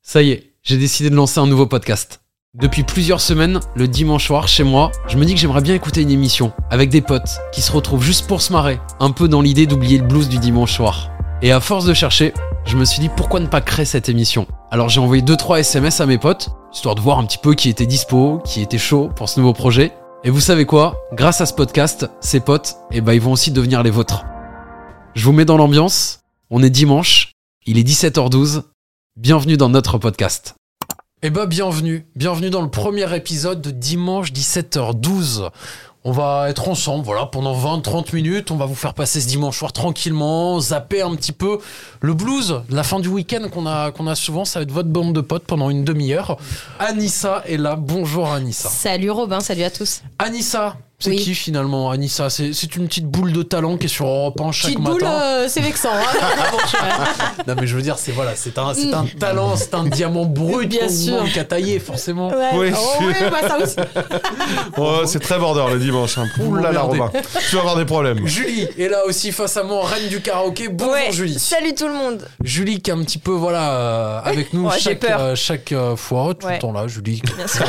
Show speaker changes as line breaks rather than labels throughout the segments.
Ça y est, j'ai décidé de lancer un nouveau podcast. Depuis plusieurs semaines, le dimanche soir, chez moi, je me dis que j'aimerais bien écouter une émission avec des potes qui se retrouvent juste pour se marrer, un peu dans l'idée d'oublier le blues du dimanche soir. Et à force de chercher, je me suis dit pourquoi ne pas créer cette émission. Alors j'ai envoyé 2-3 SMS à mes potes, histoire de voir un petit peu qui était dispo, qui était chaud pour ce nouveau projet. Et vous savez quoi Grâce à ce podcast, ces potes, eh ben, ils vont aussi devenir les vôtres. Je vous mets dans l'ambiance, on est dimanche, il est 17h12, bienvenue dans notre podcast. Eh ben bienvenue, bienvenue dans le premier épisode de dimanche 17h12. On va être ensemble, voilà, pendant 20-30 minutes, on va vous faire passer ce dimanche soir tranquillement, zapper un petit peu le blues, la fin du week-end qu'on a, qu'on a souvent, ça va être votre bande de potes pendant une demi-heure. Anissa est là, bonjour Anissa.
Salut Robin, salut à tous.
Anissa, c'est
Oui.
qui finalement Anissa C'est c'est une petite boule de talent qui est sur Europe 1 chaque
Petite
matin.
boule, euh, c'est vexant. hein.
Non mais je veux dire, c'est voilà, c'est un, c'est un talent, c'est un diamant brut
Mm. Bien
qu'on
sûr.
manque à tailler forcément.
Ouais.
Oui.
Oh, oui, bah, ça aussi.
Oh, c'est très border le dimanche. Hein.
Ouh,
Ouh là là,
merdez.
Robin. Tu vas avoir des problèmes.
Julie est là aussi face à moi, reine du karaoké. Bonjour
Ouais.
Julie.
Salut tout le monde.
Julie qui est un petit peu voilà euh, avec nous
Ouais, j'ai
chaque
peur.
euh, chaque euh, fois tout
Ouais.
le temps là, Julie.
Bien sûr.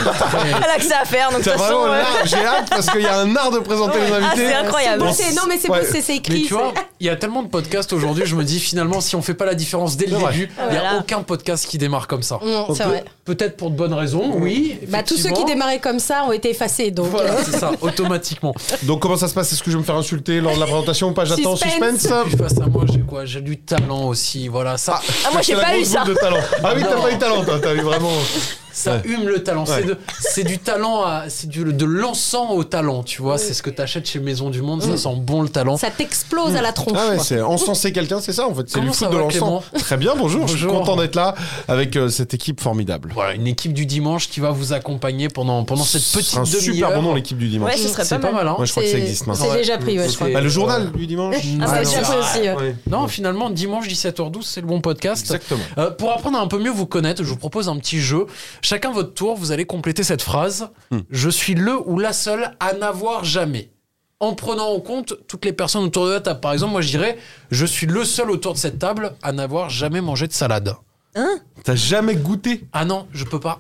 Elle a que ça à faire, donc de
T'as
toute
vraiment
façon. euh,
l'art, j'ai hâte parce qu'il y a un art de présenter les
Ah,
invités.
c'est incroyable.
Bon,
Bon,
c'est- non mais c'est
ouais.
c'est- c'est
Mais
écrit.
tu
c'est-
vois, il y a tellement de podcasts aujourd'hui, je me dis finalement si on fait pas la différence dès le
C'est vrai.
début, il y a
Voilà.
aucun podcast qui démarre comme ça.
Non, c'est
Peut-
vrai.
Peut-être pour de bonnes raisons, oui.
Mm. Bah, tous ceux qui
effectivement.
démarraient comme ça ont été effacés donc.
Voilà, c'est ça, automatiquement.
Donc comment ça se passe Est-ce que je vais me faire insulter lors de la présentation ou pas J'attends
Suspense.
suspense.
Puis face à moi, j'ai quoi J'ai du talent aussi, voilà. Ça,
Ah, moi j'ai
C'est la
pas eu
grosse
ça.
boule de talent. Ah oui, t'as
Non.
pas eu talent, toi. T'as eu vraiment.
ça
Ouais.
hume le talent. C'est
Ouais.
de- C'est du talent, à- c'est du- de l'encens au talent, tu vois. C'est ce que t'achètes chez Maison du Monde, ça sent bon le talent.
euh, Ça t'explose à la tronche.
Ah ouais,
quoi.
c'est encenser quelqu'un, c'est ça en fait. C'est
Comment
lui
ça
foutre de
va,
l'encens. Très bien, bonjour. Je suis
Bonjour.
content d'être là avec euh, cette équipe formidable.
Voilà, une équipe du dimanche qui va vous accompagner pendant, pendant cette petite
un
demi-heure.
super bon nom, l'équipe du dimanche.
Ouais, ce serait
C'est
pas
pas
mal.
mal, hein
Moi, je crois que ça
C'est-
existe maintenant.
C'est déjà pris, ouais, je crois.
Ouais.
Bah, le journal du dimanche.
Ah,
Ah,
bah,
c'est
non.
déjà pris aussi. ouais.
Ouais.
Non, finalement, dimanche 17h12, c'est le bon podcast.
Exactement.
Euh, pour apprendre à un peu mieux vous connaître, je vous propose un petit jeu. Chacun votre tour, vous allez compléter cette phrase.
Hmm.
Je suis le ou la seule à n'avoir jamais. En prenant en compte toutes les personnes autour de la table. Par exemple, moi je dirais, je suis le seul autour de cette table à n'avoir jamais mangé de salade.
T'as jamais goûté
Ah non, je peux pas.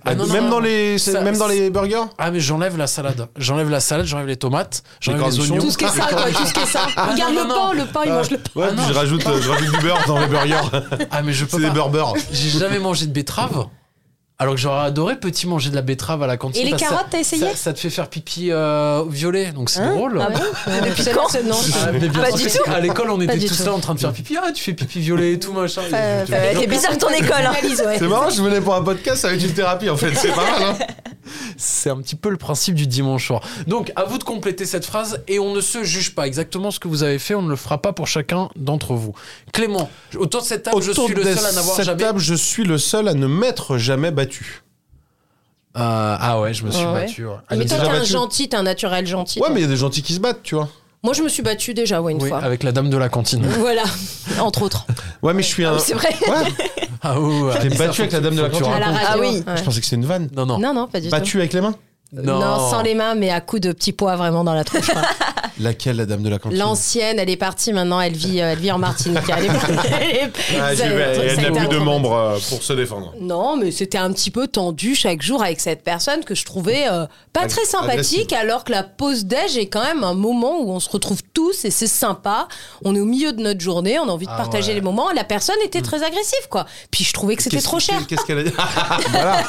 Ah
Ah,
non, non,
même,
non.
dans les,
Ça-
même dans les burgers
Ah mais j'enlève la salade. J'enlève la salade, j'enlève les tomates, j'enlève les
cornichons.
oignons. Ah,
Tout ce qui est ça, quoi, tout ce qui est ça. Regarde
non,
le
non,
pain, le pain, il mange le pain.
Ouais,
Ah
puis
non,
je
je
rajoute, euh, je rajoute du beurre dans les burgers.
Ah mais je
C'est
peux
des
pas.
berbers.
J'ai jamais mangé de betterave. Alors que j'aurais adoré petit manger de la betterave à la cantine.
Et les
parce que ça-
carottes, t'as essayé
ça, ça te fait faire pipi euh, violet, donc c'est drôle.
Ah bon Ouais,
piquant.
c'est- Non.
Ah, mais bien
Pas
sûr,
du
parce que À l'école, on était
du
tous
tout.
là en train de faire pipi. Ah, tu fais pipi violet et tout, machin.
Euh,
Et je-
Euh, T'es bizarre ton école. hein.
Analyse, ouais.
C'est marrant, je venais pour un podcast avec une thérapie en fait, c'est pas mal. Hein
C'est un petit peu le principe du dimanche soir. Donc, à vous de compléter cette phrase et on ne se juge pas. Exactement ce que vous avez fait, on ne le fera pas pour chacun d'entre vous. Clément, autour de cette table, Oh, je suis le
de
seul à n'avoir
cette
jamais.
table, je suis le seul à ne m'être jamais battu.
Euh, ah ouais, je me suis
Ah ouais.
battu. ouais.
Mais
Anissa
toi, t'es un
Battu.
gentil, t'es un naturel gentil.
Ouais,
toi.
mais il y a des gentils qui se battent, tu vois.
Moi, je me suis battue déjà, ouais, une
Oui, ah
fois.
avec la dame de la cantine.
Voilà, entre autres.
Ouais, mais je suis un.
C'est vrai.
Ouais,
Ah ouais, ouais.
t'es
Anissa,
battu avec la dame de la
faut que tu
cantine.
À la
racontes.
radio.
oui.
ouais.
Je pensais que c'était une vanne.
Non, non.
Non, non, pas du tout.
Battu avec les mains
Euh,
Non. sans les mains, mais à coups de petits pois vraiment dans la tronche. quoi.
Laquelle, la dame de la cantine
L'ancienne, elle est partie maintenant, elle vit, euh, elle vit en Martinique. Elle est- elle est-
Ah,
ça-
j'ai vu,
ça a
Elle
été
n'a plus de
un-
membres euh, pour se défendre.
Non, mais c'était un petit peu tendu chaque jour avec cette personne que je trouvais euh, pas
Ag-
très sympathique, alors que la pause déj est quand même un moment où on se retrouve tous et c'est sympa. On est au milieu de notre journée, on a envie de
Ah
partager
ouais.
les moments. La personne était très agressive, quoi. Puis je trouvais que c'était
Qu'est-ce-
trop cher.
Qu'est-ce qu'elle a dit Voilà.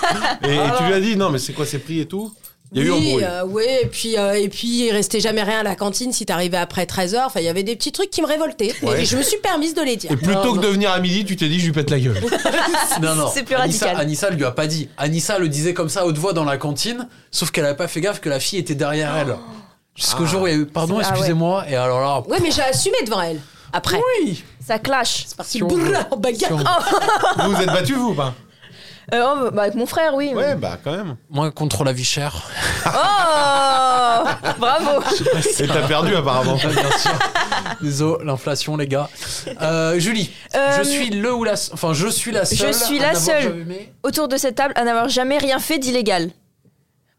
Et, et tu lui as dit, non, mais c'est quoi ces prix et tout Il y a eu
oui,
embrouille.
euh, ouais, et puis, euh, et puis il restait jamais rien à la cantine si t'arrivais après 13h. Enfin, il y avait des petits trucs qui me révoltaient.
Ouais.
Et je me suis permise de les dire.
Et
Non,
plutôt
non.
que de venir à midi, tu t'es dit, je lui pète la gueule.
Non, non.
C'est plus
Anissa-
radical.
Anissa lui a pas dit. Anissa le disait comme ça à haute voix dans la cantine, sauf qu'elle avait pas fait gaffe que la fille était derrière elle. Jusqu'au jour où il y a eu pardon,
Ah ouais.
excusez-moi, et alors là.
Ouais, mais j'ai assumé devant elle. Après,
Oui
Ça clash.
c'est parti brrr, en bagarre.
vous vous êtes battu, vous ou pas
Euh, oh, bah, avec mon frère, oui.
Ouais, bah quand même.
Moi, contre la vie chère.
Oh Bravo.
Et t'as perdu apparemment.
Ah, bien sûr. Désolé, l'inflation, les gars. Euh, Julie,
Euh,
je suis le ou la. se- Enfin, je suis la seule.
suis
à
la
n'avoir
seule.
jamais aimé.
Autour de cette table, à n'avoir jamais rien fait d'illégal.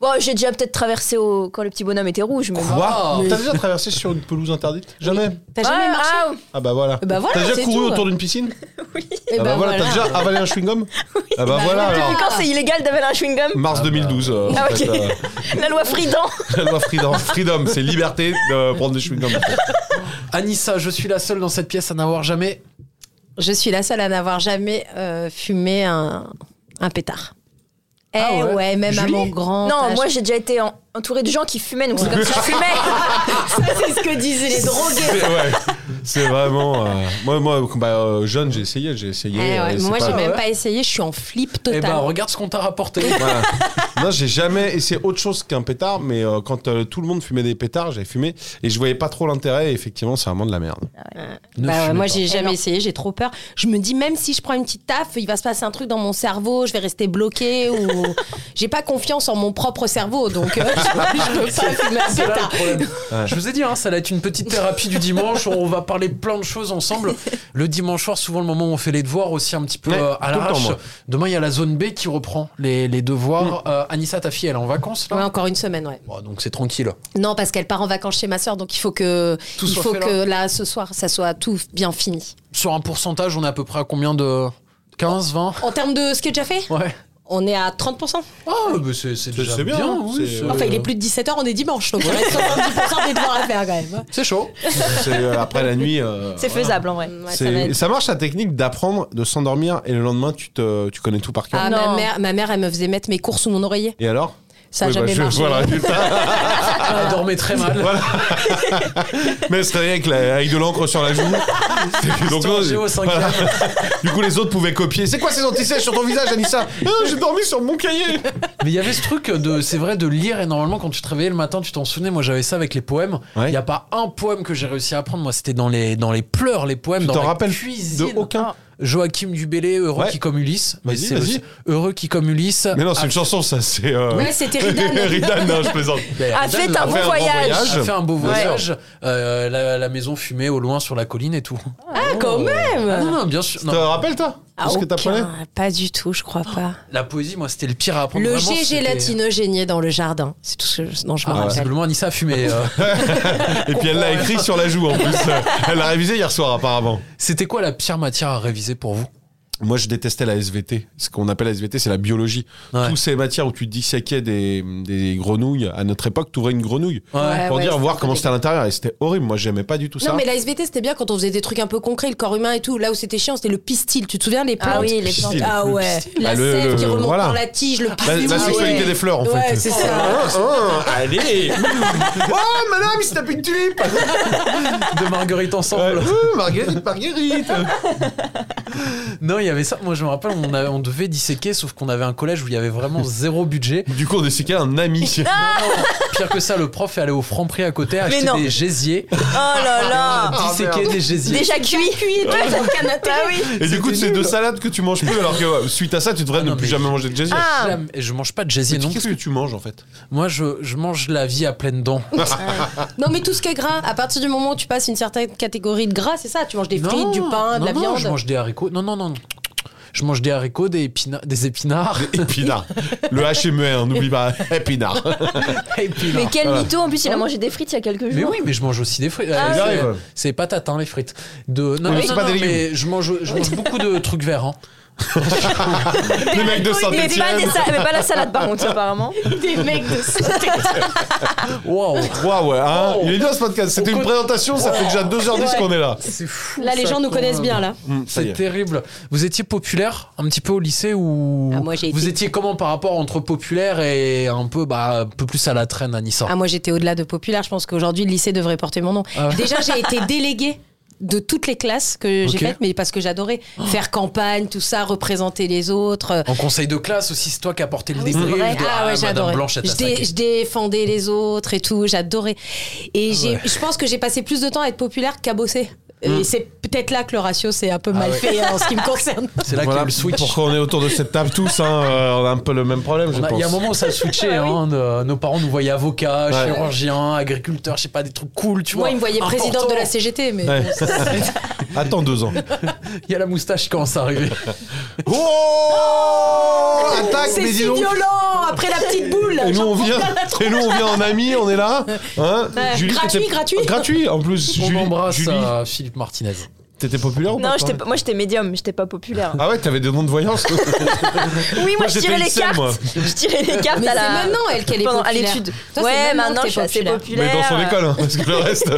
Bon, j'ai déjà peut-être traversé au... quand le petit bonhomme était rouge, mais. bon.
Quoi
mais-
T'as déjà traversé sur une pelouse interdite Jamais
T'as jamais
Ah,
marché
ah,
Ah bah voilà.
Eh bah voilà,
T'as déjà
c'est
couru
tout.
autour d'une piscine
Eh
Ah bah
ben
voilà, t'as déjà avalé un chewing-gum Ah bah voilà
voilà.
alors.
Depuis quand c'est illégal d'avaler un chewing-gum
Mars 2012. euh, en
Ah, ok.
fait, euh,
La loi Fridan
la loi Freedom, Freedom, c'est liberté de prendre des chewing-gums.
Anissa, je suis la seule dans cette pièce à n'avoir jamais.
Je suis la seule à n'avoir jamais euh, fumé un, un pétard. Eh
Ah ouais.
ouais. même
Julie
à mon grand.
Non,
âge.
moi j'ai déjà été en- entourée de gens qui fumaient, donc c'est comme si je fumais. Ça, c'est ce que disaient les drogués.
C'est ouais, c'est vraiment. euh, moi, moi bah, euh, jeune, j'ai essayé, j'ai
Eh
essayé.
ouais,
euh, c'est
moi, j'ai
pas-
même pas essayé, je suis en flip
Eh
total.
ben, regarde ce qu'on t'a rapporté.
Voilà. Non, j'ai jamais essayé autre chose qu'un pétard, mais euh, quand euh, tout le monde fumait des pétards, j'avais fumé et je voyais pas trop l'intérêt. Et effectivement, c'est vraiment de la merde.
Ne
Bah ouais,
fumez
moi,
pas.
j'ai
non.
jamais essayé, j'ai trop peur. Je me dis, même si je prends une petite taf, il va se passer un truc dans mon cerveau, je vais rester bloqué ou. j'ai pas confiance en mon propre cerveau, donc euh, je, je peux pas fumer un
C'est là
pétard.
le problème.
Ouais.
Je vous ai dit, hein, ça va être une petite thérapie du dimanche. On va parler plein de choses ensemble. Le dimanche soir, souvent le moment où on fait les devoirs aussi un petit peu
Ouais,
euh,
tout
à
le temps,
l'arrache.
moi. Mm.
Demain, il y a la zone B qui reprend les, les devoirs. Euh, Anissa, ta fille, elle est en vacances là.
Ouais, encore une semaine, ouais.
Bon, donc c'est tranquille.
Non, parce qu'elle part en vacances chez ma sœur, donc il faut que,
Tout
il
soit
faut
fait,
que là. ce soir, ça soit tout bien fini.
Sur un pourcentage, on est à peu près à combien de 15, 20
En termes de ce qui est déjà fait,
Ouais.
on est à 30%.
Ah, mais c'est c'est déjà
c'est bien, hein,
oui,
c'est-
c'est-
Enfin, il est plus de 17h, on est dimanche, donc on a 70% des devoirs à faire quand même.
C'est chaud.
C'est, euh, après la nuit. euh,
C'est
voilà.
faisable en vrai.
Ouais,
C'est-
ça va être-
ça marche la technique d'apprendre, de s'endormir et le lendemain, tu, te, tu connais tout par cœur.
Ah,
Non.
ma mère, ma mère, elle me faisait mettre mes cours sous mon oreiller.
Et alors
Ah. Ça a
Oui, bah,
jamais
je
marché.
vois le résultat.
Elle dormait très mal.
Voilà. Mais c'est avec, la- avec de l'encre sur la joue. C'est- Donc,
Histoire
non,
géo cinquième.
voilà. Du coup, les autres pouvaient copier. C'est quoi ces antisèches sur ton visage, Anissa Ah, J'ai dormi sur mon cahier.
Mais il y avait ce truc de, c'est vrai, de lire et normalement quand tu te réveillais le matin, tu t'en souvenais. Moi, j'avais ça avec les poèmes. Il
Ouais.
n'y a pas un poème que j'ai réussi à apprendre. Moi, c'était dans les, dans les pleurs, les poèmes,
Tu
dans
t'en
la
rappelles
cuisine.
de aucun
Joachim Dubélé, heureux
Ouais.
qui comme Ulysse. Mais
Vas-y,
c'est le-
vas-y.
Heureux qui comme Ulysse.
Mais non, c'est
a-
une chanson, ça. C'est. euh,
Ah. Ouais, c'était Ridan.
Ridan, non, je plaisante.
Bah,
A
Adam
fait
l'a
Ah, un
fait
bon
un bon
voyage.
voyage.
a fait un beau
Ouais.
voyage, euh, la, la maison fumée au loin sur la colline et tout.
Ah, quand même
Ah non, non, bien sûr.
Tu te
Non,
rappelles, toi
Ah,
Parce que t'apprenais
aucun, Pas du tout, je
Oh.
crois pas.
la poésie, moi, c'était le pire à apprendre.
Le
Vraiment,
G
c'était-
gélatineux gêné dans le jardin. C'est tout ce que je... Non, je me
Ah,
rappelle.
visiblement, Anissa a fumé. euh.
Et puis elle l'a écrit sur la joue en plus. Elle l'a révisé hier soir apparemment.
C'était quoi la pire matière à réviser pour vous
Moi, je détestais la SVT. Ce qu'on appelle la SVT, c'est la biologie.
Ouais.
Toutes ces matières où tu disséquais des, des grenouilles. À notre époque, tu ouvrais une grenouille
Ah Ouais.
pour dire
c'était
voir
pas
comment
dégueu.
c'était à l'intérieur. Et c'était horrible. Moi, j'aimais pas du tout ça.
Non, mais la SVT, c'était bien quand on faisait des trucs un peu concrets, le corps humain et tout. Là où c'était chiant, c'était le pistil. Tu te souviens, les plantes
Ah oui, les
Pistil.
plantes.
Ah
Le
ouais,
pistil.
la
Ah, le-
sève qui
le-
remonte
voilà.
dans la tige, le
La,
pistil.
la
Ah
sexualité
ouais.
bah, des fleurs, en
Ouais,
fait.
c'est ça.
Ah, ah, allez Oh, madame, il se tape une tulipe
De Marguerite ensemble.
Ouh, Marguerite, Marguerite
Non, il y avait ça. Moi, je me rappelle, on, avait- on devait disséquer, sauf qu'on avait un collège où il y avait vraiment zéro budget.
Du coup, on disséquait un ami.
Ah,
Non, pire que ça, le prof est allé au Franprix à côté acheter
non.
des gésiers,
Oh là là
Ah,
disséquer
merde.
des gésiers.
Déjà cuit cuit Ah oui
Et du coup,
C'était
c'est
nul.
deux salades que tu manges plus, alors que ouais, suite à ça, tu devrais
Ah,
ne
non,
plus
mais-
jamais manger de gésier.
Ah.
Jamais- Et je mange pas de gésier
Mais
non
Qu'est-ce que tu manges, en fait
Moi, je, je mange la vie à pleines dents.
Non, mais tout ce qui est gras, à partir du moment où tu passes une certaine catégorie de gras, c'est ça. Tu manges des
Non,
frites, du pain, de
non,
la
non,
viande.
Je mange des haricots. Non, non, non. Je mange des haricots, des, épina- des épinards.
Épinard. Le HME, hein, n'oublie pas. Épinard.
épinards.
Mais quel
Voilà.
mytho En plus, il a mangé des frites il y a quelques
Mais
jours.
oui, mais je mange aussi des frites.
Ah,
Euh,
il
c'est-
arrive.
c'est patates, hein, les frites. De... Non,
Oui,
non,
c'est
non,
pas des
non,
légumes.
mais je mange, je mange beaucoup de trucs verts. hein.
Le mec de
Mais pas, des
Saint-Etienne.
sa- mais pas la salade par contre apparemment.
des mecs de
Waouh.
Waouh, ouais, hein.
Oh.
il est bien ce podcast. C'était
On
une
con-
présentation, ça fait déjà 2h10
Ouais.
qu'on est là.
C'est fou.
Là, les
ça,
gens nous
quand
connaissent
même.
bien, là.
Hum, ça y
C'est
est.
terrible. Vous étiez populaire un petit peu au lycée ou
Ah, moi, j'ai
vous
été-
étiez comment par rapport entre populaire et un peu bah un peu plus à la traîne à Nissan.
Ah, moi, j'étais au-delà de populaire. Je pense qu'aujourd'hui, le lycée devrait porter mon nom.
Ah ouais.
Déjà, j'ai été déléguée de toutes les classes que
Ok.
j'ai faites, mais parce que j'adorais faire campagne, tout ça, représenter les autres.
En conseil de classe aussi, c'est toi qui as porté le
oui, c'est
débrief
vrai.
de
Ah ouais,
Madame
j'adorais.
Blanche elle t'a
Je, dé-
saqué.
je défendais les autres et tout, j'adorais. Et j'ai- je pense que j'ai passé plus de temps à être populaire qu'à bosser. Et c'est peut-être là que le ratio s'est un peu mal
ouais.
fait hein, en ce qui me concerne.
C'est là
Voilà
qu'il y a eu le switch.
pourquoi on est autour de cette table tous. hein, euh, on a un peu le même problème, je
On a- Il
pense.
y a un moment où ça a switché.
Ah
hein, de- nos parents nous voyaient avocats,
Ouais.
chirurgiens, agriculteurs, je sais pas, des trucs cool, tu
Moi,
vois.
il me voyait présidente de la
Important.
CGT, mais
Ouais. Attends deux ans.
Il y a la moustache qui commence à arriver.
Oh Attaque,
c'est
mais
si
dis donc.
violent après la petite boule.
Et nous,
J'en
on
prends
vient,
plein la tronche.
et nous, on vient en ami, on est là. Hein
Ouais. Gratuit,
t'étais-
gratuit.
Gratuit, en plus.
On
Julie,
embrasse
Julie,
euh, Philippe Martinez.
t'étais populaire ou pas
Non,
toi
j'étais pas- moi j'étais médium, j'étais pas populaire.
Ah ouais, t'avais des noms de voyance
Oui, moi, je
j'étais
tirais
une
les
scène, moi.
cartes. Je tirais les cartes
Mais
à
c'est
la.
maintenant elle qu'elle est
pendant- à
populaire.
l'étude.
Toi, c'est maintenant
ouais,
que
maintenant
t'es
je trouve que c'est
populaire.
populaire.
Mais dans son école, hein, parce que le reste.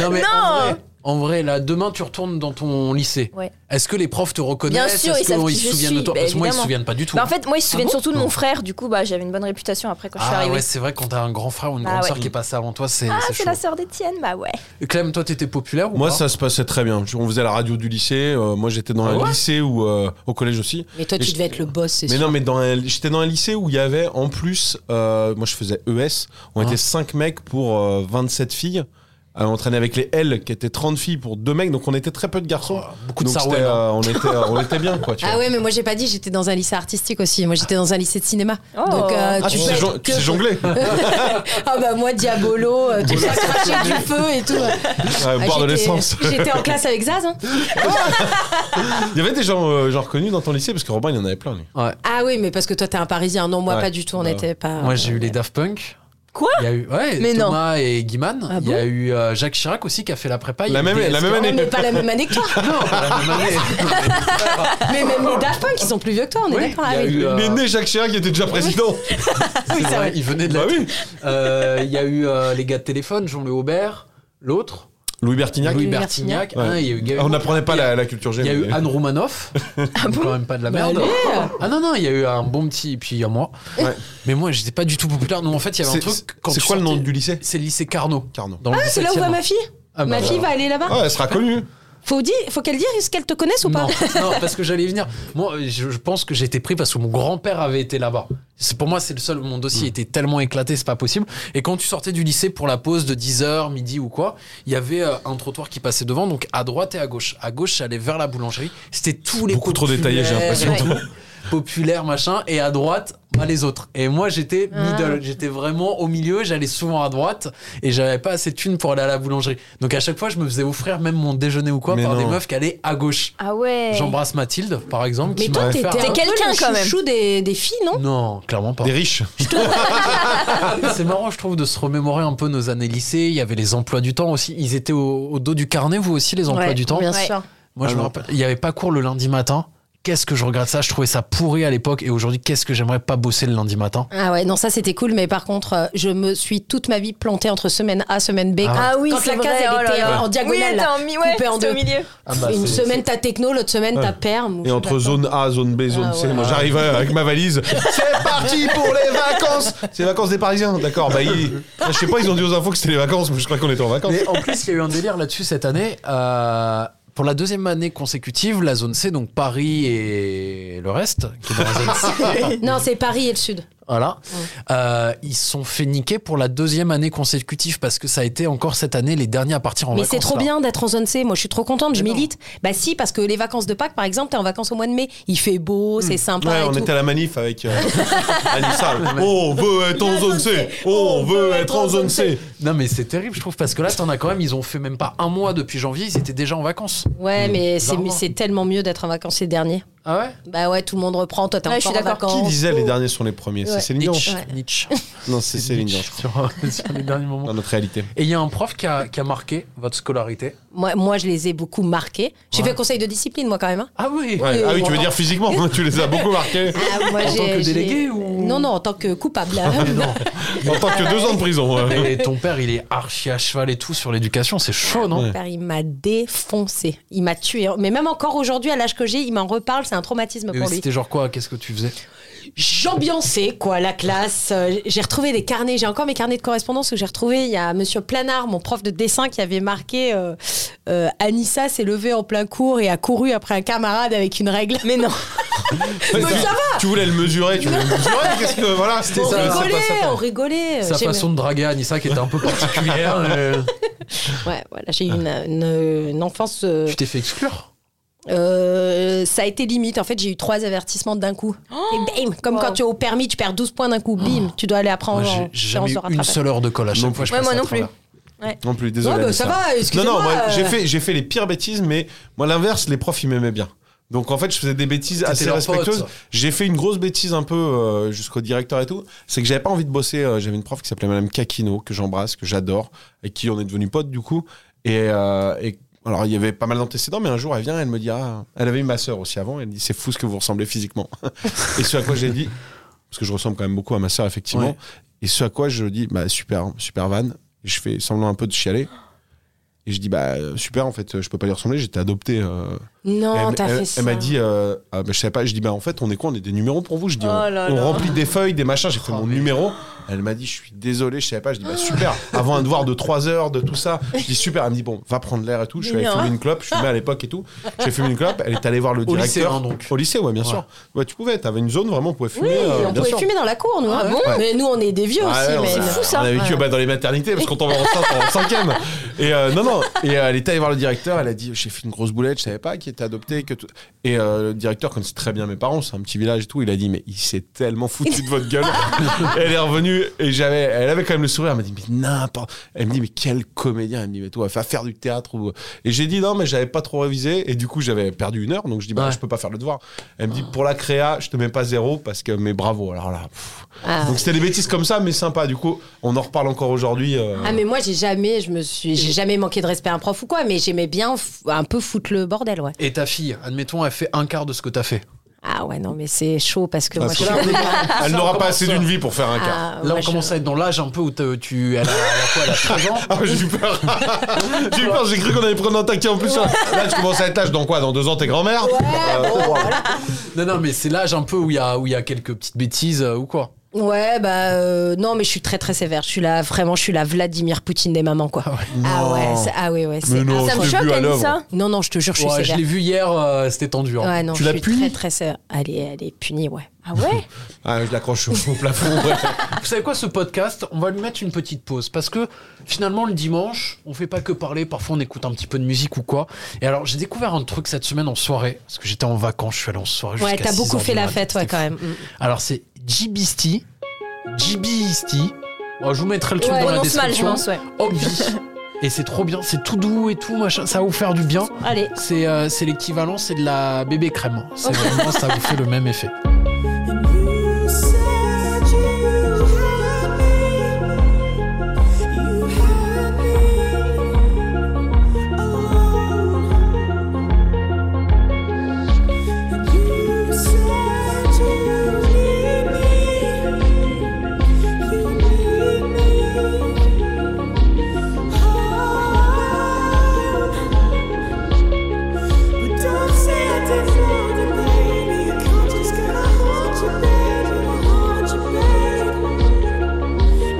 Non, mais En,
Non.
vrai, en vrai, là, demain, tu retournes dans ton lycée.
Ouais.
Est-ce que les profs te reconnaissent
Bien sûr, ils
Est-ce
savent
qu'ils
qui
se
je
souviennent de
suis,
toi
bah,
Parce que moi, ils se
évidemment.
souviennent pas du tout.
Bah, en fait, moi ils se souviennent
bon
surtout de mon
Non.
frère, du coup, bah j'avais une bonne réputation après quand je suis
ah
arrivée.
ouais, c'est vrai, quand t'as un grand frère ou une
Ah
grande
ouais.
sœur qui est passée avant toi, c'est
Ah,
c'est chaud.
c'est la sœur d'Étienne, bah ouais.
Clem, toi, t'étais populaire ou
Moi,
pas
ça se passait très bien. Je- On faisait la radio du lycée. euh, moi, j'étais dans
Ah
un
ouais
lycée ou euh, au collège aussi.
Mais toi,
Et
tu
je-
devais être le boss, c'est
Mais
sûr.
non, mais dans un- j'étais dans un lycée où il y avait en plus, euh, moi je faisais ES, on
Hein.
était 5 mecs pour euh, 27 filles. Euh, on traînait avec les L qui étaient 30 filles pour 2 mecs, donc on était très peu de garçons.
Oh, beaucoup de
Donc,
Sarwell,
c'était,
hein.
euh, on, était, euh, on était bien quoi. Tu
Ah
vois.
ouais, mais moi j'ai pas dit, j'étais dans un lycée artistique aussi. Moi j'étais dans un lycée de cinéma.
Oh.
Donc, euh,
Ah,
tu
tu
peux
sais,
être
jon- tu
que-
sais jongler
Ah bah moi Diabolo, euh, tout ça cracher du feu et tout.
Ouais,
Ah,
Boire de
j'étais-
l'essence.
J'étais en classe avec Zaz. hein.
Il y avait des gens euh, genre connus dans ton lycée parce que Robin il y en avait plein. lui.
Ouais.
Ah oui, mais parce que toi t'es un Parisien. Non, moi
Ouais.
pas du tout. On
Bah,
n'était pas.
Moi, j'ai eu les Daft Punk.
Quoi
Il y a eu ouais,
Mais non.
Thomas et Guiman.
Ah
Il y a eu euh, Jacques Chirac aussi qui a fait la prépa. Il y
La
a eu
même-
DSK.
la même
on
année.
n'est pas la même année que toi.
Non, pas la même année.
Ah
Mais même les Daft Punk, ils sont plus vieux que toi. On est
Oui,
d'accord. Bah,
il y a
avec
eu, euh,
Il est né Jacques Chirac qui était déjà président.
C'est
Oui, c'est
vrai,
vrai.
Ah Il venait de
bah
la.
oui.
Euh, Il y a eu euh, les gars de téléphone, Jean-Le Aubert, l'autre,
Louis Bertignac.
Louis
Louis
Bertignac.
Bertignac.
hein, il y a eu Gaël
On n'apprenait pas
Il y a-
la, la culture G.
Il y a eu
mais-
Anne Roumanoff.
Ah
C'est quand même pas de la
Bah,
merde.
allez.
ah non, non, il y a eu un bon petit. Et puis il y a moi.
Ouais.
Mais moi, j'étais pas du tout populaire. Non, en fait, il y avait un
C'est-
truc. quand
C'est
tu
quoi le nom
sortais-
du lycée
C'est le lycée Carnot.
Carnot.
Dans le
Ah, c'est là où
17e.
va ma fille.
Ah, bah,
ma fille
voilà.
va aller là-bas.
Ah, elle sera connue.
Faut dire, faut qu'elle dise ce qu'elle te connaisse ou pas.
non, non, parce que j'allais y venir. Moi, je, je pense que j'ai été pris parce que mon grand-père avait été là-bas. C'est pour moi, c'est le seul. Mon dossier
Hmm.
était tellement éclaté, c'est pas possible. Et quand tu sortais du lycée pour la pause de 10h, midi ou quoi, il y avait euh, un trottoir qui passait devant, donc à droite et à gauche. À gauche, j'allais vers la boulangerie. C'était tous les
Beaucoup trop détaillé, j'ai
populaires et
l'impression.
tout. populaire machin et à droite bah, les autres et moi j'étais
Ah.
middle j'étais vraiment au milieu j'allais souvent à droite et j'avais pas assez de thunes pour aller à la boulangerie donc à chaque fois je me faisais offrir même mon déjeuner ou quoi
Mais
par des
non.
meufs qui allaient à gauche
Ah ouais.
J'embrasse Mathilde, par exemple.
Eh. Mais
qui
toi,
m'a
t'étais
offert
un peu
quelqu'un,
le
quand même.
chouchou des, des filles, non
un- Non, clairement pas. Ah,
Des riches.
C'est marrant, je trouve, de se remémorer un peu nos années lycée. Il y avait les emplois du temps aussi. Ils étaient au, au dos du carnet, vous aussi, les emplois
Ouais,
du temps.
Bien
Ouais.
sûr.
Moi, je me
Ah non.
rappelle, il n'y avait pas cours le lundi matin. Qu'est-ce que je regrette ça Je trouvais ça pourri à l'époque. Et aujourd'hui, qu'est-ce que j'aimerais pas bosser le lundi matin
Ah ouais, non, ça c'était cool, mais par contre, euh, je me suis toute ma vie plantée entre semaine A, semaine B.
Ah
Ah oui,
Quand
c'est
la case,
vrai,
elle
oh là
était,
là.
euh, en
Oui,
diagonale,
elle était en mi- ouais,
coupée en
c'était au
deux.
milieu.
une semaine t'as techno, l'autre semaine
Ah bah, Ouais.
t'as perm. ou je
Et
sais pas
entre
quoi.
zone A, zone B, zone
Ah
C,
ouais.
moi j'arrive avec ma valise. C'est parti pour les vacances C'est les vacances des Parisiens, d'accord. Bah, ils- je sais pas, ils ont dit aux infos que c'était les vacances, mais je crois qu'on était en vacances.
Mais en plus, il y a eu un délire là-dessus cette année. Euh, pour la deuxième année consécutive, la zone C, donc Paris et le reste, qui est dans la zone C,
Non, c'est Paris et le Sud.
Voilà. Euh, ils se sont fait niquer pour la deuxième année consécutive parce que ça a été encore cette année les derniers à partir en
mais
vacances.
c'est trop
là.
bien d'être en zone C. Moi, je suis trop contente, je
Mais non.
milite. Bah si, parce que les vacances de Pâques, par exemple, t'es en vacances au mois de mai. Il fait beau, c'est sympa
Mmh. Ouais,
et
on
tout.
était à la manif avec euh, Anissa. On veut être en zone C On veut être en zone C
Non, mais c'est terrible, je trouve, parce que là, t'en as quand même, ils ont fait même pas un mois depuis janvier, ils étaient déjà en vacances.
Ouais,
Mmh.
mais c'est
Bizarrement.
c'est tellement mieux d'être en vacances les derniers.
Ah ouais
Bah ouais, tout le monde reprend. Toi, t'es
Ouais, je
encore
suis
en
d'accord.
vacances.
Qui disait les derniers sont les premiers C'est
Ouais.
Céline Dion
Nietzsche.
Ouais.
Nietzsche.
Non, c'est Céline Dion, je crois.
Sur, sur les derniers moments.
Dans notre réalité.
Et il y a un prof qui a, qui a marqué votre scolarité.
Moi, moi, je les ai beaucoup marqués. J'ai
Ouais.
fait conseil de discipline, moi, quand même. hein.
Ah oui
Ouais. Ah oui, tu veux
En
dire physiquement, tu les as beaucoup marqués
Ah, moi,
tant- En
j'ai-
tant que
j'ai-
délégué ou. Ah,
Non, non, en tant que coupable.
Non.
en tant que deux ans de prison. ouais.
Et ton père, il est archi à cheval et tout sur l'éducation, c'est chaud, non
Mon père, il m'a défoncé. Il m'a tué. hein. Mais même encore aujourd'hui, à l'âge que j'ai, il m'en reparle. C'est un traumatisme
Et
pour lui.
C'était genre quoi Qu'est-ce que tu faisais
J'ambiançais, quoi, la classe. Euh, J'ai retrouvé des carnets. J'ai encore mes carnets de correspondance que j'ai retrouvés. Il y a monsieur Planard, mon prof de dessin, qui avait marqué euh, euh, Anissa s'est levée en plein cours et a couru après un camarade avec une règle.
Mais non.
Mais
Tu-
ça
Tu voulais le mesurer, tu voulais le mesurer, qu'est-ce que. Voilà, c'était
On
ça,
c'est pas
rigolait,
ça.
on rigolait.
Sa
J'ai-
façon de draguer Anissa qui était un peu particulière. euh,
Ouais, voilà, j'ai eu une, une- une enfance. euh,
Tu t'es fait exclure
euh, ça a été limite. En fait, j'ai eu trois avertissements d'un coup. Et bam Comme
Wow.
quand tu es au permis, tu perds 12 points d'un coup. Bim Tu dois aller apprendre
Moi,
en
j'ai
séance
jamais eu
de
une
rattrapage.
seule heure de colle à chaque
Non
fois. Je
Ouais,
passe
moi
à
non plus.
travers.
Non plus,
Ouais,
désolé.
bah,
Anissa.
ça va,
Non,
excusez-moi.
non, moi, j'ai
euh,
fait, j'ai fait les pires bêtises, mais moi, l'inverse, les profs, ils m'aimaient bien. Donc en fait, je faisais des bêtises assez
leur pote,
respectueuses.
ça.
J'ai fait une grosse bêtise un peu euh, jusqu'au directeur et tout. C'est que j'avais pas envie de bosser. euh, J'avais une prof qui s'appelait Madame Kakino, que j'embrasse, que j'adore, avec qui on est devenu potes du coup. Et, euh, et- alors, il y avait pas mal d'antécédents, mais un jour, elle vient, elle me dit Ah, elle avait eu ma sœur aussi avant. Elle me dit C'est fou ce que vous ressemblez physiquement. et ce à quoi j'ai dit Parce que je ressemble quand même beaucoup à ma sœur, effectivement.
Ouais.
Et ce à quoi je dis Bah, super, super van. Je fais semblant un peu de chialer. Et je dis Bah, super, en fait, je peux pas lui ressembler, j'étais adopté. euh,
Non,
elle,
t'as
elle-
fait
elle
ça.
m'a dit, euh, ah, bah, je savais pas. Je dis, bah en fait, on est quoi On est des numéros pour vous. Je dis,
Oh
on,
là
on
là.
remplit des feuilles, des machins. J'ai fait
Oh,
mon
mais-
numéro. Elle m'a dit, je suis désolé, je savais pas. Je dis, bah super. Avant un devoir de 3 heures, de tout ça. Je dis, super. Elle me dit, bon, va prendre l'air et tout. Je suis
Mais
allé
non.
fumer
hein.
une clope. Je fumais à l'époque et tout. J'ai fumé une clope. Elle est allée voir le
Au
directeur.
lycée, hein, donc.
Au lycée, ouais, bien
Ouais.
sûr. Ouais, tu pouvais. T'avais une zone vraiment, on pouvait fumer.
Oui,
euh,
on
bien
pouvait
sûr.
fumer dans la cour, nous.
Ah
hein.
bon
mais nous, on est des vieux
Ah
aussi.
ouais, on
mais...
s'est-
C'est fou, ça.
On a vécu
Ouais.
bah, dans les maternités parce qu'on tombe enceinte en cinquième. Et euh, non, non. Et euh, elle est allée voir le directeur. Elle a dit J'ai fait une grosse boulette, je savais pas qui était adopté. Que tout- Et euh, le directeur connaissait très bien mes parents, c'est un petit village et tout. Il a dit Mais il s'est tellement foutu de votre gueule. elle est revenue et j'avais, elle avait quand même le sourire. Elle m'a dit Mais n'importe. Elle me dit Mais quel comédien Elle me dit Mais toi, va faire du théâtre. Ou... Et j'ai dit Non, mais j'avais pas trop révisé. Et du coup, j'avais perdu une heure. Donc je dis Bah,
Ouais.
je peux pas faire le devoir. Elle
Oh.
me dit Pour la créa, je te mets pas zéro parce que, mais bravo. Alors là. pff.
Ah.
Donc c'était des bêtises comme ça, mais sympa. Du coup, on en reparle encore aujourd'hui. euh.
Ah, mais moi j'ai jamais je me suis j'ai jamais manqué de respect à un prof ou quoi mais j'aimais bien f- un peu foutre le bordel ouais.
Et ta fille, admettons, elle fait un quart de ce que t'as fait.
Ah ouais non mais c'est chaud parce que
Parce
moi
que
je suis-
là,
Ça,
elle n'aura
on
pas
commence
assez
à-
d'une vie pour faire un quart.
Ah,
Là,
moi,
on
je-
commence à être dans l'âge un peu où te- tu. Elle a, elle a quoi Elle a 13 ans
Ah, j'ai eu peur. j'ai eu peur, j'ai cru qu'on allait prendre un taquet en plus. hein. Là, tu commences à être l'âge dans quoi Dans deux ans, t'es grand-mère Euh,
Non, non, mais c'est l'âge un peu où il y, a- où il y a quelques petites bêtises euh, ou quoi.
Ouais bah euh, non mais je suis très très sévère je suis là vraiment je suis la Vladimir Poutine des mamans quoi. Ah
Non.
ouais c'est- ah oui ouais c'est
Mais non,
ah,
Ça
ça
me
Oh, je l'ai
choque,
vu à
elle dit
l'œuvre.
ça.
me- non non je te jure je suis
Ouais, je
sévère.
l'ai vu hier, euh, c'était tendu. hein.
Ouais non
Tu
je
l'as
suis
puni
très très sévère. Elle est elle est punie ouais.
Ah ouais
Ah, je l'accroche au, au plafond. ouais.
Vous savez quoi, ce podcast On va lui mettre une petite pause parce que finalement, le dimanche, on fait pas que parler. Parfois, on écoute un petit peu de musique ou quoi. Et alors, j'ai découvert un truc cette semaine en soirée parce que j'étais en vacances. Je suis allé en soirée.
Ouais
jusqu'à
t'as
6
beaucoup
heures du
fait la
mat,
fête ouais
c'était
quand même. Mm.
fou. Alors, c'est Jibisti. Jibisti. Bon, Oh, je vous mettrai le truc
Ouais,
dans la
prononce mal, je
description.
pense, ouais.
Obvi. Et c'est trop bien, c'est tout doux et tout, machin. Ça va vous faire du bien.
Allez
C'est euh, c'est l'équivalent, c'est de la bébé crème. C'est vraiment, ça vous fait le même effet.
You said you had me, you had me alone. You said you need me, you need me home. But don't say I didn't know the baby. I can't just get a hold you, baby. I hold you, baby.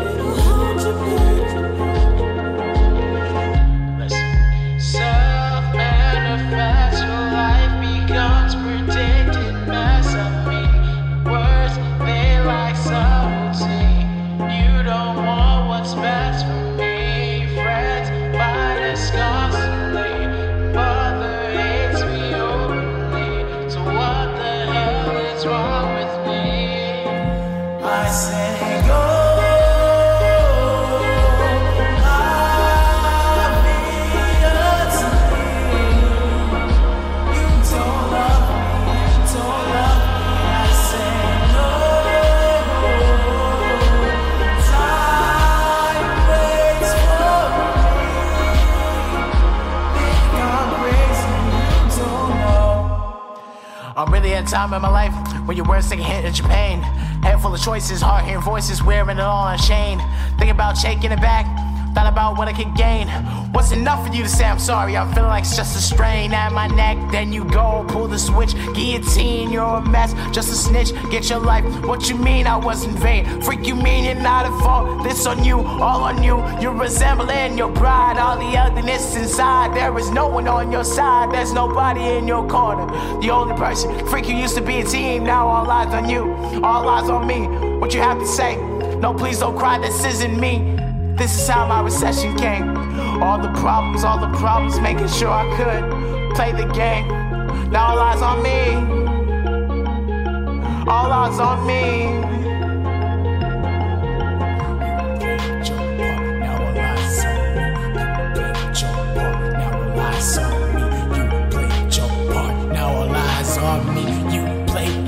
And I hold you, baby.
Self-manifest, your life becomes predicted mess of me. Words, they like subtlety. You don't want what's best for me. Friends fight us constantly. Mother hates me openly. So what the hell is wrong with me? I say go. I'm really at a time in my life when your words take a hit at your pain. Head full of choices, hard hearing voices, wearing it all on chain. Thinking about shaking it back, thought about what I could gain. What's enough for you to say I'm sorry? I'm feeling like it's just a strain at my neck. Then you go, pull the switch, guillotine, you're a mess. Just a snitch, get your life. What you mean I wasn't vain? Freak, you mean you're not at fault? This on you, all on you. You're resembling your pride, all the ugliness inside. There is no one on your side, there's nobody in your corner. The only person, freak, you used to be a team. Now all eyes on you, all eyes on me. What you have to say? No, please don't cry, this isn't me. This is how my recession came. All the problems, all the problems, making sure I could play the game. Now all eyes on me. All eyes on me.
Now all eyes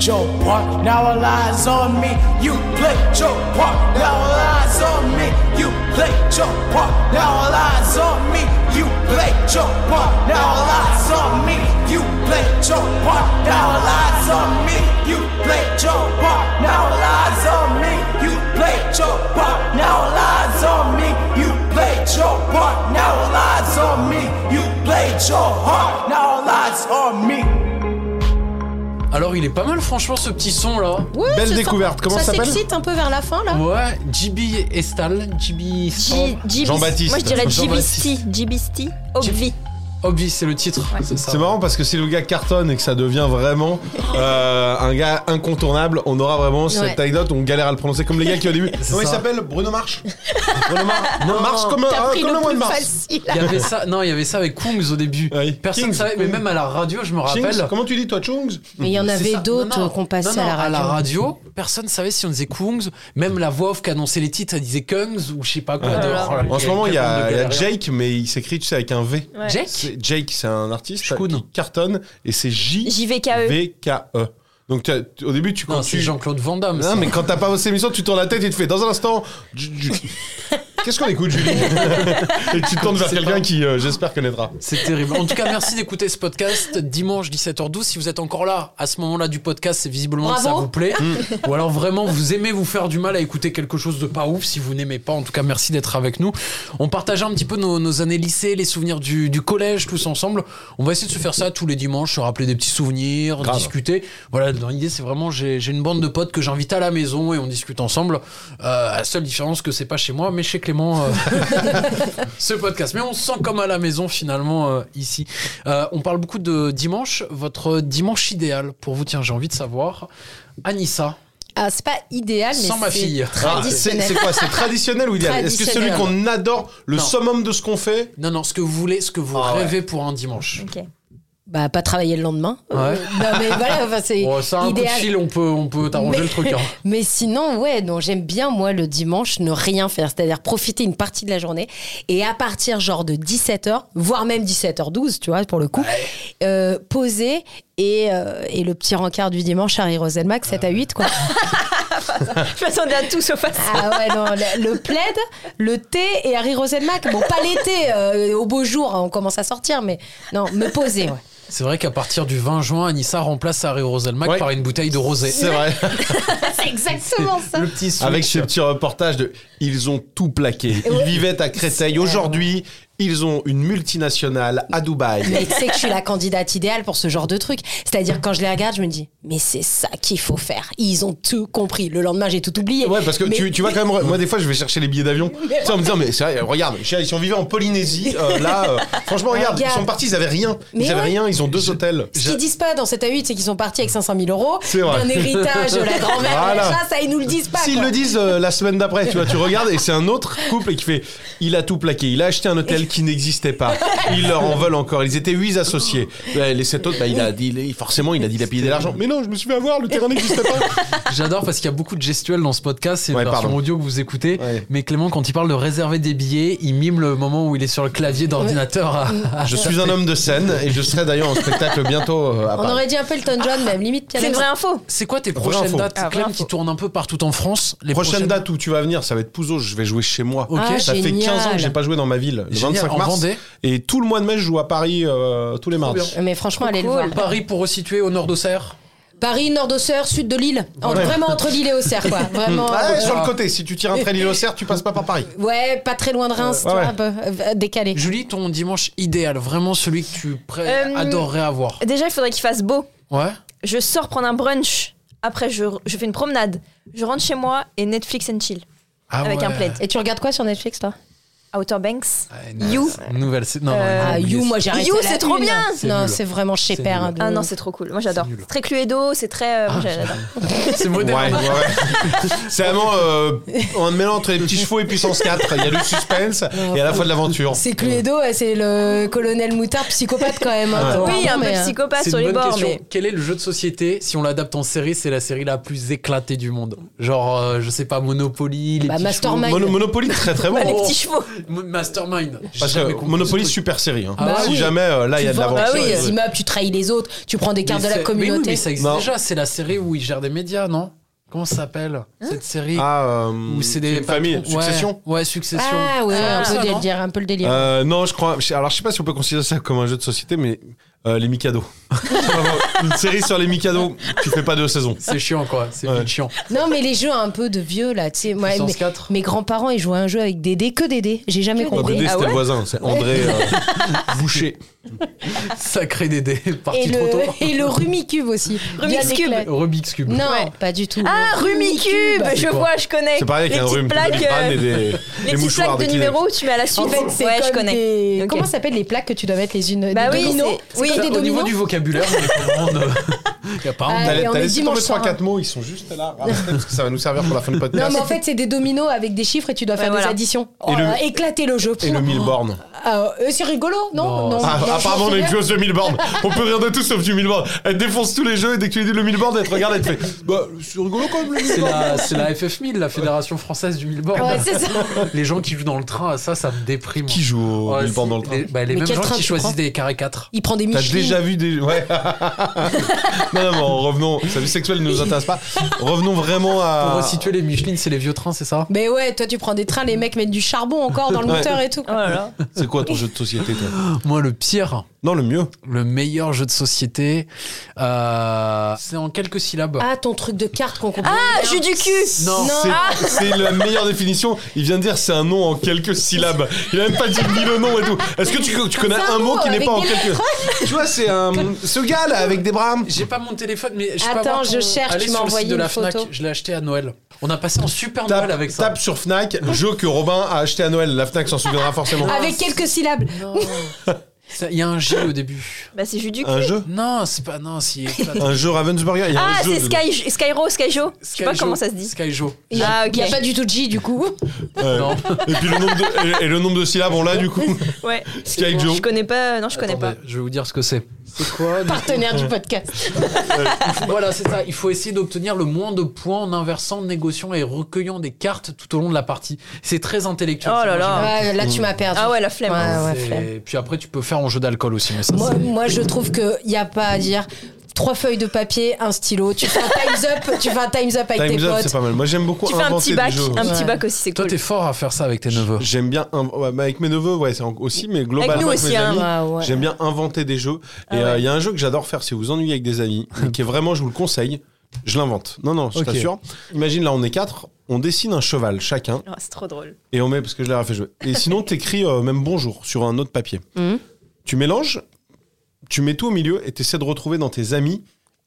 your part, now all eyes on me. You played your part, now all eyes on me. You played your part, now all eyes on me. You played your part, now all eyes on me. You played your part, now all eyes on me. You played your part, now all eyes on me. You played your part, now all eyes on me. You played your part, now all eyes on me. You played your heart, now all eyes on me.
Alors, il est pas mal, franchement, ce petit son là.
Ouais,
Belle
je sens-
découverte. Comment ça
Ça
s'appelle
s'excite un peu vers la fin là.
Ouais, JB Estal, JB
J- J-
Jean-Baptiste.
Moi je dirais Oh,
Jean-Baptiste.
GBST. GBST. Obvi.
Obvi, c'est le titre. C'est ça.
C'est marrant parce que si le gars cartonne et que ça devient vraiment euh, un gars incontournable, on aura vraiment cette
Ouais.
anecdote où on galère à le prononcer comme les gars qui au début.
C'est
Comment il
ça.
s'appelle Bruno Marche Bruno Marche Non, Marche comme, un-
T'as
hein,
pris
comme le
le
mois de
plus
mars.
facile.
Il y avait ça, non, il y avait ça avec Kungs au début.
Oui.
Personne ne
Kings,
savait, mais
Kungs.
même à la radio, je me rappelle.
Chungs Comment tu dis toi Chungs
Mais il y en
C'est
avait
ça.
d'autres
Non,
euh,
non.
qu'on passait
Non, non,
à la radio.
radio, personne savait si on disait Kungs. Même la voix off qui annonçait les titres, elle disait Kungs ou je sais pas quoi.
Ouais.
de-
là.
Oh là,
En ce moment, il y
quelqu'un
a,
de
il y a
galérien.
Jake, mais il s'écrit, tu sais, avec un V.
Ouais.
Jake
C'est- Jake, c'est un artiste
Shkun.
qui cartonne et c'est J
JVKE.
V K E. Donc tu as- tu- au début, tu
Non,
quand
c'est
tu
Jean-Claude Van Damme. ça.
non, mais quand t'as pas bossé l'émission, tu tournes la tête et tu fais dans un instant. Ju- Ju- Qu'est-ce qu'on écoute, Julie Et tu te tournes vers
C'est
quelqu'un
pas-
qui, euh, j'espère, connaîtra.
C'est terrible. En tout cas, merci d'écouter ce podcast dimanche 17h12. Si vous êtes encore là à ce moment-là du podcast, c'est visiblement que ça
Bravo.
vous plaît. Ou alors vraiment, vous aimez vous faire du mal à écouter quelque chose de pas ouf. Si vous n'aimez pas, en tout cas, merci d'être avec nous. On partage un petit peu nos, nos années lycée, les souvenirs du, du collège, tous ensemble. On va essayer de se faire ça tous les dimanches, se rappeler des petits souvenirs,
Grave.
discuter. Voilà, dans l'idée, c'est vraiment j'ai j'ai une bande de potes que j'invite à la maison et on discute ensemble. Euh, la seule différence que c'est pas chez moi, mais chez Clément. euh, ce podcast. Mais on se sent comme à la maison finalement euh, ici. Euh, on parle beaucoup de dimanche. Votre dimanche idéal pour vous, tiens, j'ai envie de savoir. Anissa,
Ah, c'est pas idéal, mais
sans ma
c'est
fille.
Ah, c'est
traditionnel.
c'est quoi C'est traditionnel ou idéal Est-ce que celui
Traditionnel.
qu'on adore, le
Non.
summum de ce qu'on fait
Non, non, ce que vous voulez, ce que vous
Ah ouais.
rêvez pour un dimanche.
Ok.
Bah, pas travailler le lendemain. Euh,
Ouais.
non, mais voilà, enfin, c'est
Oh, ça, un coup
idéal.
de fil, on peut, on peut t'arranger
Mais-
le truc. hein.
Mais sinon, ouais, non, j'aime bien, moi, le dimanche, ne rien faire. C'est-à-dire profiter une partie de la journée. Et à partir, genre, de 17h, voire même 17h12, tu vois, pour le coup, euh, poser. Et, euh, et le petit rencard du dimanche, Harry Roselmack, 7 à 8, quoi.
Je m'attendais à tout sauf à ça.
Ah ouais, non, le, le plaid, le thé et Harry Roselmack. Bon, pas l'été, euh, au beau jour, hein, on commence à sortir, mais non, me poser, ouais.
C'est vrai qu'à partir du 20 juin, Anissa remplace Harry Roselmack
Ouais.
par une bouteille de rosé.
C'est vrai.
C'est exactement ça.
Le petit switch.
Avec ce petit reportage de ils ont tout plaqué. Ils vivaient à Créteil. Aujourd'hui, ils ont une multinationale à Dubaï.
Mais tu sais que je suis la candidate idéale pour ce genre de truc. C'est-à-dire, quand je les regarde, je me dis, mais c'est ça qu'il faut faire. Ils ont tout compris. Le lendemain, j'ai tout oublié.
Ouais, parce que
Mais-
tu, tu vois quand même, moi des fois je vais chercher les billets d'avion. Tu sais, en me disant, mais c'est vrai, regarde, ils sont vivants en Polynésie, euh, là, euh, franchement, regarde, ils
Regarde.
sont partis, ils avaient rien. Ils
Mais
avaient
ouais.
rien, ils ont deux hôtels.
Ce qu'ils disent pas dans cet A8, c'est qu'ils sont partis avec 500 000 euros.
C'est vrai.
Un héritage, la grand-mère,
Voilà.
machin, ça, ils nous le disent pas.
S'ils
quoi.
le disent euh, la semaine d'après, tu vois, tu regardes et c'est un autre couple qui fait il a tout plaqué, il a acheté un hôtel qui n'existait pas. Ils leur en veulent encore. Ils étaient huit associés. Ouais, Les sept autres, bah, il a dit il- forcément il a dit il a payé de l'argent. Mais non, je me suis fait avoir, le terrain n'existait pas.
J'adore parce qu'il y a beaucoup de gestuels dans ce podcast. C'est une
Ouais,
version
pardon.
audio que vous écoutez.
Ouais.
Mais Clément, quand il parle de réserver des billets, il mime le moment où il est sur le clavier d'ordinateur. à- à-
Je suis un homme de scène et je serai d'ailleurs en spectacle bientôt euh, à
On
Paris.
aurait dit un peu le Elton John, même limite.
C'est une vraie info.
C'est quoi tes
Vraie
prochaines
info.
dates,
Ah, vraie
Clem,
info.
qui tourne un peu partout en France Les
Prochaine date où tu vas venir, ça va être Pouzo, je vais jouer chez moi.
Ok. Ah,
ça fait 15 ans que j'ai pas joué dans ma ville. Le
Génial,
25
en
mars.
Vendée.
Et tout le mois de mai, je joue à Paris euh, tous les mardis.
Mais franchement, allez le voir.
Paris pour resituer au nord d'Auxerre.
Paris, nord d'Auxerre, sud de Lille. Entre-
Ouais.
Vraiment entre Lille et Auxerre, quoi. Vraiment.
Ah,
euh,
ouais, sur le côté, si tu tires un trait l'île au cerf, tu passes pas par Paris.
Ouais, pas très loin de Reims, tu
Ouais,
vois,
ouais.
un peu euh, décalé.
Julie, ton dimanche idéal, vraiment celui que tu pré-
Euh,
adorerais avoir.
Déjà, il faudrait qu'il fasse beau.
Ouais.
Je sors prendre un brunch. Après, je, je fais une promenade. Je rentre chez moi et Netflix and chill.
Ah
Avec
ouais.
un plaid.
Et tu regardes quoi sur Netflix, toi
Outer Banks.
Ah, une-
You.
une Nouvelle. sé- Non, non,
Euh,
non,
Ah,
oubliez
You,
ça.
moi j'ai arrêté
You,
la
c'est trop
une.
bien
C'est
Non,
nul.
c'est vraiment chez
C'est
Père.
nul.
hein, de-
Ah non, c'est trop cool. Moi, j'adore. C'est très Cluedo, c'est très. euh, moi, j'adore.
C'est
Ouais, ouais,
moderne.
ouais. C'est vraiment euh, en mêlant entre les petits chevaux et puissance 4. Il y a du suspense et à la fois de l'aventure.
C'est Cluedo, ouais, c'est le colonel Moutard, psychopathe quand même. hein. Pardon,
oui, un peu
mais, euh,
psychopathe
C'est
sur
une
les
bonne
bords.
question.
Mais...
Quel est le jeu de société Si on l'adapte en série, c'est la série la plus éclatée du monde. Genre, euh, je sais pas, Monopoly, les
Bah,
petits
Mastermind.
Mono- Monopoly, très très bon.
Ah, les petits chevaux.
chevaux. M- Mastermind. J'ai
Parce que
jamais compris
Monopoly,
ce truc.
super série. hein.
Ah bah
si
oui.
jamais euh, là, il y a de
Tu vends-
l'aventure.
Bah oui,
et-
les immeubles, tu trahis les autres, tu prends des cartes de
Mais c'est-
la
Mais, oui,
communauté.
mais ça existe
Non.
déjà. C'est la série où ils gèrent des médias, non Comment ça
Hein?
s'appelle cette série
Ah, euh,
où c'est des
une famille,
patrons-
succession.
Ouais, ouais, succession.
Ah ouais,
Ah,
un, peu
ça, non
délire, un peu le délire.
Euh, non, je crois. je- Alors, je sais pas si on peut considérer ça comme un jeu de société, mais euh, les Mikado. Une série sur les Mikado. Tu fais pas deux saisons.
C'est chiant quoi, c'est
Ouais.
vite chiant.
Non, mais les jeux un peu de vieux, là, tu sais. moi,
Puissance
mes,
4.
mes grands-parents, ils jouaient à un jeu avec des dés, que des dés. J'ai jamais
Que
Bon,
Dédé,
compris.
Dédé,
ah
c'était
ouais
le voisin. C'est André euh, Boucher.
Sacré Dédé,
Et
parti trop tôt.
le, et le Rumicube aussi. Bien
Rubik's Cube.
éclair.
Rubik's Cube.
Non,
Ouais.
pas du tout.
Ah,
Le
Rumicube
Rumicube.
Je
quoi
vois, je connais.
C'est pareil
les
avec un
petites
rhume.
plaques,
des crânes et
euh,
des,
les
des
petites
mouchoirs.
plaques de
des Kleenex.
numéros, tu mets à la
En
suite.
fait, c'est
ouais, je
comme
connais.
des-
Ok.
Comment ça s'appelle les plaques que tu dois mettre les unes
Bah
des
oui,
dominos
c'est-
C'est
oui.
comme des
Au niveau
dominos
du vocabulaire, on est vraiment, euh, y a pas honte.
Ah,
T'as
et on est
t'as laissé
dimanche
tomber
soir,
3-4 mots, ils sont juste là. ramassés, Parce que ça va nous servir pour la fin de
Non,
podcast.
mais en fait, c'est des dominos avec des chiffres et tu dois faire
voilà.
des additions.
Et
Oh,
le-
là, Éclater le jeu.
Et le mille bornes.
Ah, euh, c'est rigolo, non,
Non,
non,
Ah,
non, je
apparemment,
m'en
on est une
souviens.
joueuse de 1000 bornes. On peut rire de tout sauf du 1000 bornes. Elle défonce tous les jeux et dès que tu lui dis le 1000 bornes, elle te regarde et te fait Bah, c'est rigolo quand même le 1000
C'est
bornes.
la, Ah, c'est la FF1000, la Fédération Française du Milbord.
Ouais, c'est ça.
Les gens qui jouent dans le train, à ça, ça me déprime.
Qui joue au
Ouais,
1000
c'est-
bornes dans le train
Les, bah, les
Mais
mêmes
quel
gens
train
qui
tu
choisissent
prends
des carrés 4.
Il prend des
T'as
Michelin.
déjà vu des. Ouais. non, non, mais en revenons. Sa vie sexuelle ne nous intéresse pas. Revenons vraiment à.
Pour resituer les Michelin, c'est les vieux trains, c'est ça
Mais ouais, toi tu prends des trains, les mecs mettent du charbon encore dans le
Ouais.
moteur et tout.
C'est quoi ton jeu de société, toi
Moi, le pire,
Non, le mieux.
le meilleur jeu de société, euh, c'est en quelques syllabes.
Ah, ton truc de carte qu'on comprend.
Ah, jus du cul
Non.
C'est- C'est la meilleure définition. Il vient de dire c'est un nom en quelques syllabes. Il a même pas dit ni le nom et tout. Est-ce que tu, tu connais
C'est
un
un
mot
mot
qui n'est
avec
pas en
des
quelques. Tu vois, c'est un. Ce gars là avec des bras.
J'ai pas mon téléphone, mais je peux
Attends,
avoir
je cherche,
Allez
tu m'as
sur le site
envoyé
de
une
la Fnac,
photo.
je l'ai acheté à Noël. On a passé un super
Tape,
Noël avec ça.
tape sur Fnac, jeu que Robin a acheté à Noël. La Fnac s'en souviendra forcément.
Avec quelques syllabes.
Ça- Il y a un J au début.
Bah, c'est jus du cul.
Un jeu
Non, c'est pas. Non, si.
Un jeu Ravensburger Il y a
Ah,
un jeu
c'est
dedans.
Sky, Skyro, Skyjo. Je sais
Sky
pas
Joe.
comment ça se dit.
Sky Joe.
Ah,
Il n'y a
ok.
pas du tout de J du coup.
Ouais.
Non.
Et puis le nombre de, et, et le nombre de syllabes, on l'a du coup.
Ouais.
Sky Joe.
Je connais pas. euh, Non, je connais pas.
Attendez, je vais vous dire ce que c'est. C'est quoi du-
Partenaire du podcast.
Voilà, c'est ça. Il faut essayer d'obtenir le moins de points en inversant, négociant et recueillant des cartes tout au long de la partie. C'est très intellectuel.
Oh
c'est
là
moi,
là.
Ouais, là tu m'as perdu.
Ah ouais, la flemme.
Ouais,
j'aime.
ouais,
C'est-
flemme.
Puis après, tu peux faire en jeu d'alcool aussi, mais ça,
Moi,
c'est-
moi, je trouve qu'il n'y a pas à dire. Trois feuilles de papier, un stylo. Tu fais un times up, tu fais un times up avec
Time's
tes
Up,
potes.
c'est pas mal. Moi, j'aime beaucoup
Tu fais un
inventer
petit bac.
des jeux.
Un
aussi.
petit
Ouais.
bac aussi, c'est
Toi,
cool.
t'es fort à faire ça avec tes neveux.
J'aime bien inv- ouais, bah, avec mes neveux, ouais, c'est en- aussi, mais globalement
Avec nous
mes
aussi, hein,
amis,
ouais, ouais.
j'aime bien inventer des jeux.
Ah
et euh, il
ouais.
y a un jeu que j'adore faire si vous vous ennuyez avec des amis, et qui est vraiment, je vous le conseille, je l'invente. Non, non, je
Ok.
t'assure. Imagine là, on est quatre, on dessine un cheval chacun,
Oh, C'est trop drôle.
et on met parce que je l'ai fait jouer. Et sinon, t'écris euh, même bonjour sur un autre papier.
Mhm.
Tu mélanges, tu mets tout au milieu, et t'essaies de retrouver dans tes amis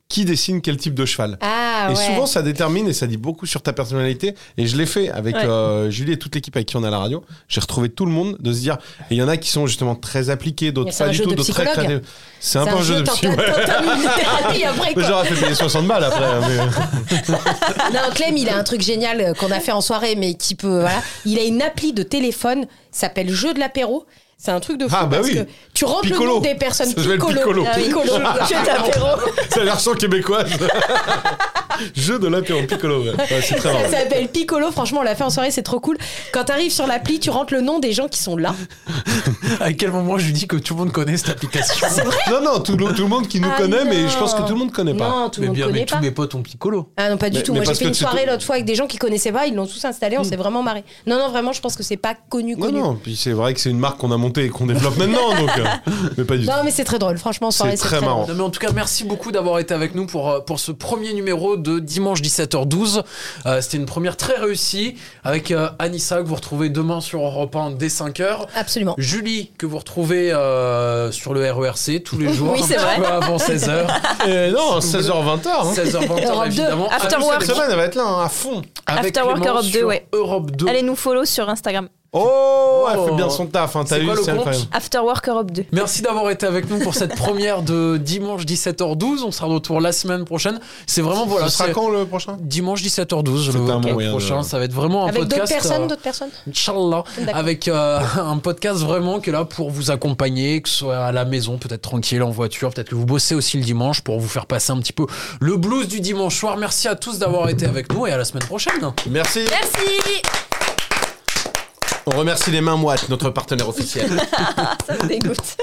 qui dessine quel type de cheval.
Ah
Et
ouais.
souvent, ça détermine et ça dit beaucoup sur ta personnalité. Et je l'ai fait avec
Ouais.
euh, Julie et toute l'équipe avec qui on a la radio. J'ai retrouvé tout le monde de se dire. Et il y en a qui sont justement très appliqués, d'autres
Mais c'est
pas
un
du
jeu
tout,
de
d'autres très
psychologue.
créatifs. C'est un peu un jeu de psy.
t'en-
ouais.
t'en- t'en- une thérapie après, quoi.
J'aurais fait payer 60 balles après. mais, euh,
Non, Clem, il a un truc génial euh, qu'on a fait en soirée, mais qui peut. Voilà. Il a une appli de téléphone, s'appelle Jeu de l'apéro. C'est un truc de fou.
Ah, bah
parce
oui.
que tu rentres le
Piccolo.
nom des personnes.
Ça s'appelle Piccolo.
Ah oui, Piccolo.
Je t'apéro.
Ça a l'air sans québécoise. jeu de l'apéro piccolo. ouais. Ouais, c'est
Ça
très marrant.
s'appelle Piccolo. Franchement, on l'a fait en soirée, c'est trop cool. Quand t'arrives sur l'appli, tu rentres le nom des gens qui sont là.
À quel moment je lui dis que tout le monde connaît cette application
Non, non, tout le, tout le monde qui nous
Ah
connaît, mais
non.
je pense que tout le monde connaît pas.
Non, tout le
Mais
monde
Eh bien, mais
connaît
tous
pas.
mes potes ont piccolo.
Ah non, pas du
Mais-
tout.
mais
Moi, j'ai
parce
fait
que
une
tu-
soirée l'autre fois avec des gens qui connaissaient pas, ils l'ont tous installé, on s'est vraiment marré. Non, non, vraiment, je pense que c'est pas connu,
Hmm. Non,
connu. Non,
non, puis c'est vrai que c'est une marque qu'on a montée et qu'on développe maintenant, donc. euh, mais pas du tout.
mais c'est très drôle, franchement, en soirée,
C'est très marrant.
drôle.
Non, mais en tout cas, merci beaucoup d'avoir été avec nous pour, euh, pour ce premier numéro de dimanche 17h12. Euh, C'était une première très réussie avec euh, Anissa que vous retrouvez demain sur Europe 1 dès 5h.
Absolument.
Julie que vous retrouvez euh, sur le RERC tous les jours,
Oui,
un
c'est
petit
vrai.
peu avant 16h,
Et Euh, non, 16h20. Hein.
16h20
Europe
évidemment.
2, After
Avec-
Work.
Ah, Cette semaine, elle va être là hein, à fond.
avec
After Work
Clément
Europe 2,
sur
ouais.
Europe 2.
Allez nous follow sur Instagram.
Oh,
Oh.
elle fait bien son taf, hein, t'as
C'est
vu,
quoi le
c'est
compte
incroyable.
Afterwork Europe 2.
Merci d'avoir été avec nous pour cette première de dimanche 17h12. On sera de retour la semaine prochaine. C'est vraiment voilà.
Ce sera
c'est-
quand le prochain
Dimanche 17h12,
C'est
le
un moyen de-
prochain, ça va être vraiment un
Avec d'autres
podcast.
personnes,
euh,
d'autres personnes
Inch'Allah,
D'accord.
avec euh, un podcast vraiment qui est là pour vous accompagner, que ce soit à la maison, peut-être tranquille, en voiture, peut-être que vous bossez aussi le dimanche pour vous faire passer un petit peu le blues du dimanche soir. Merci à tous d'avoir été avec nous et à la semaine prochaine.
Merci.
Merci
On remercie les mains moites, notre partenaire officiel.
ça me dégoûte.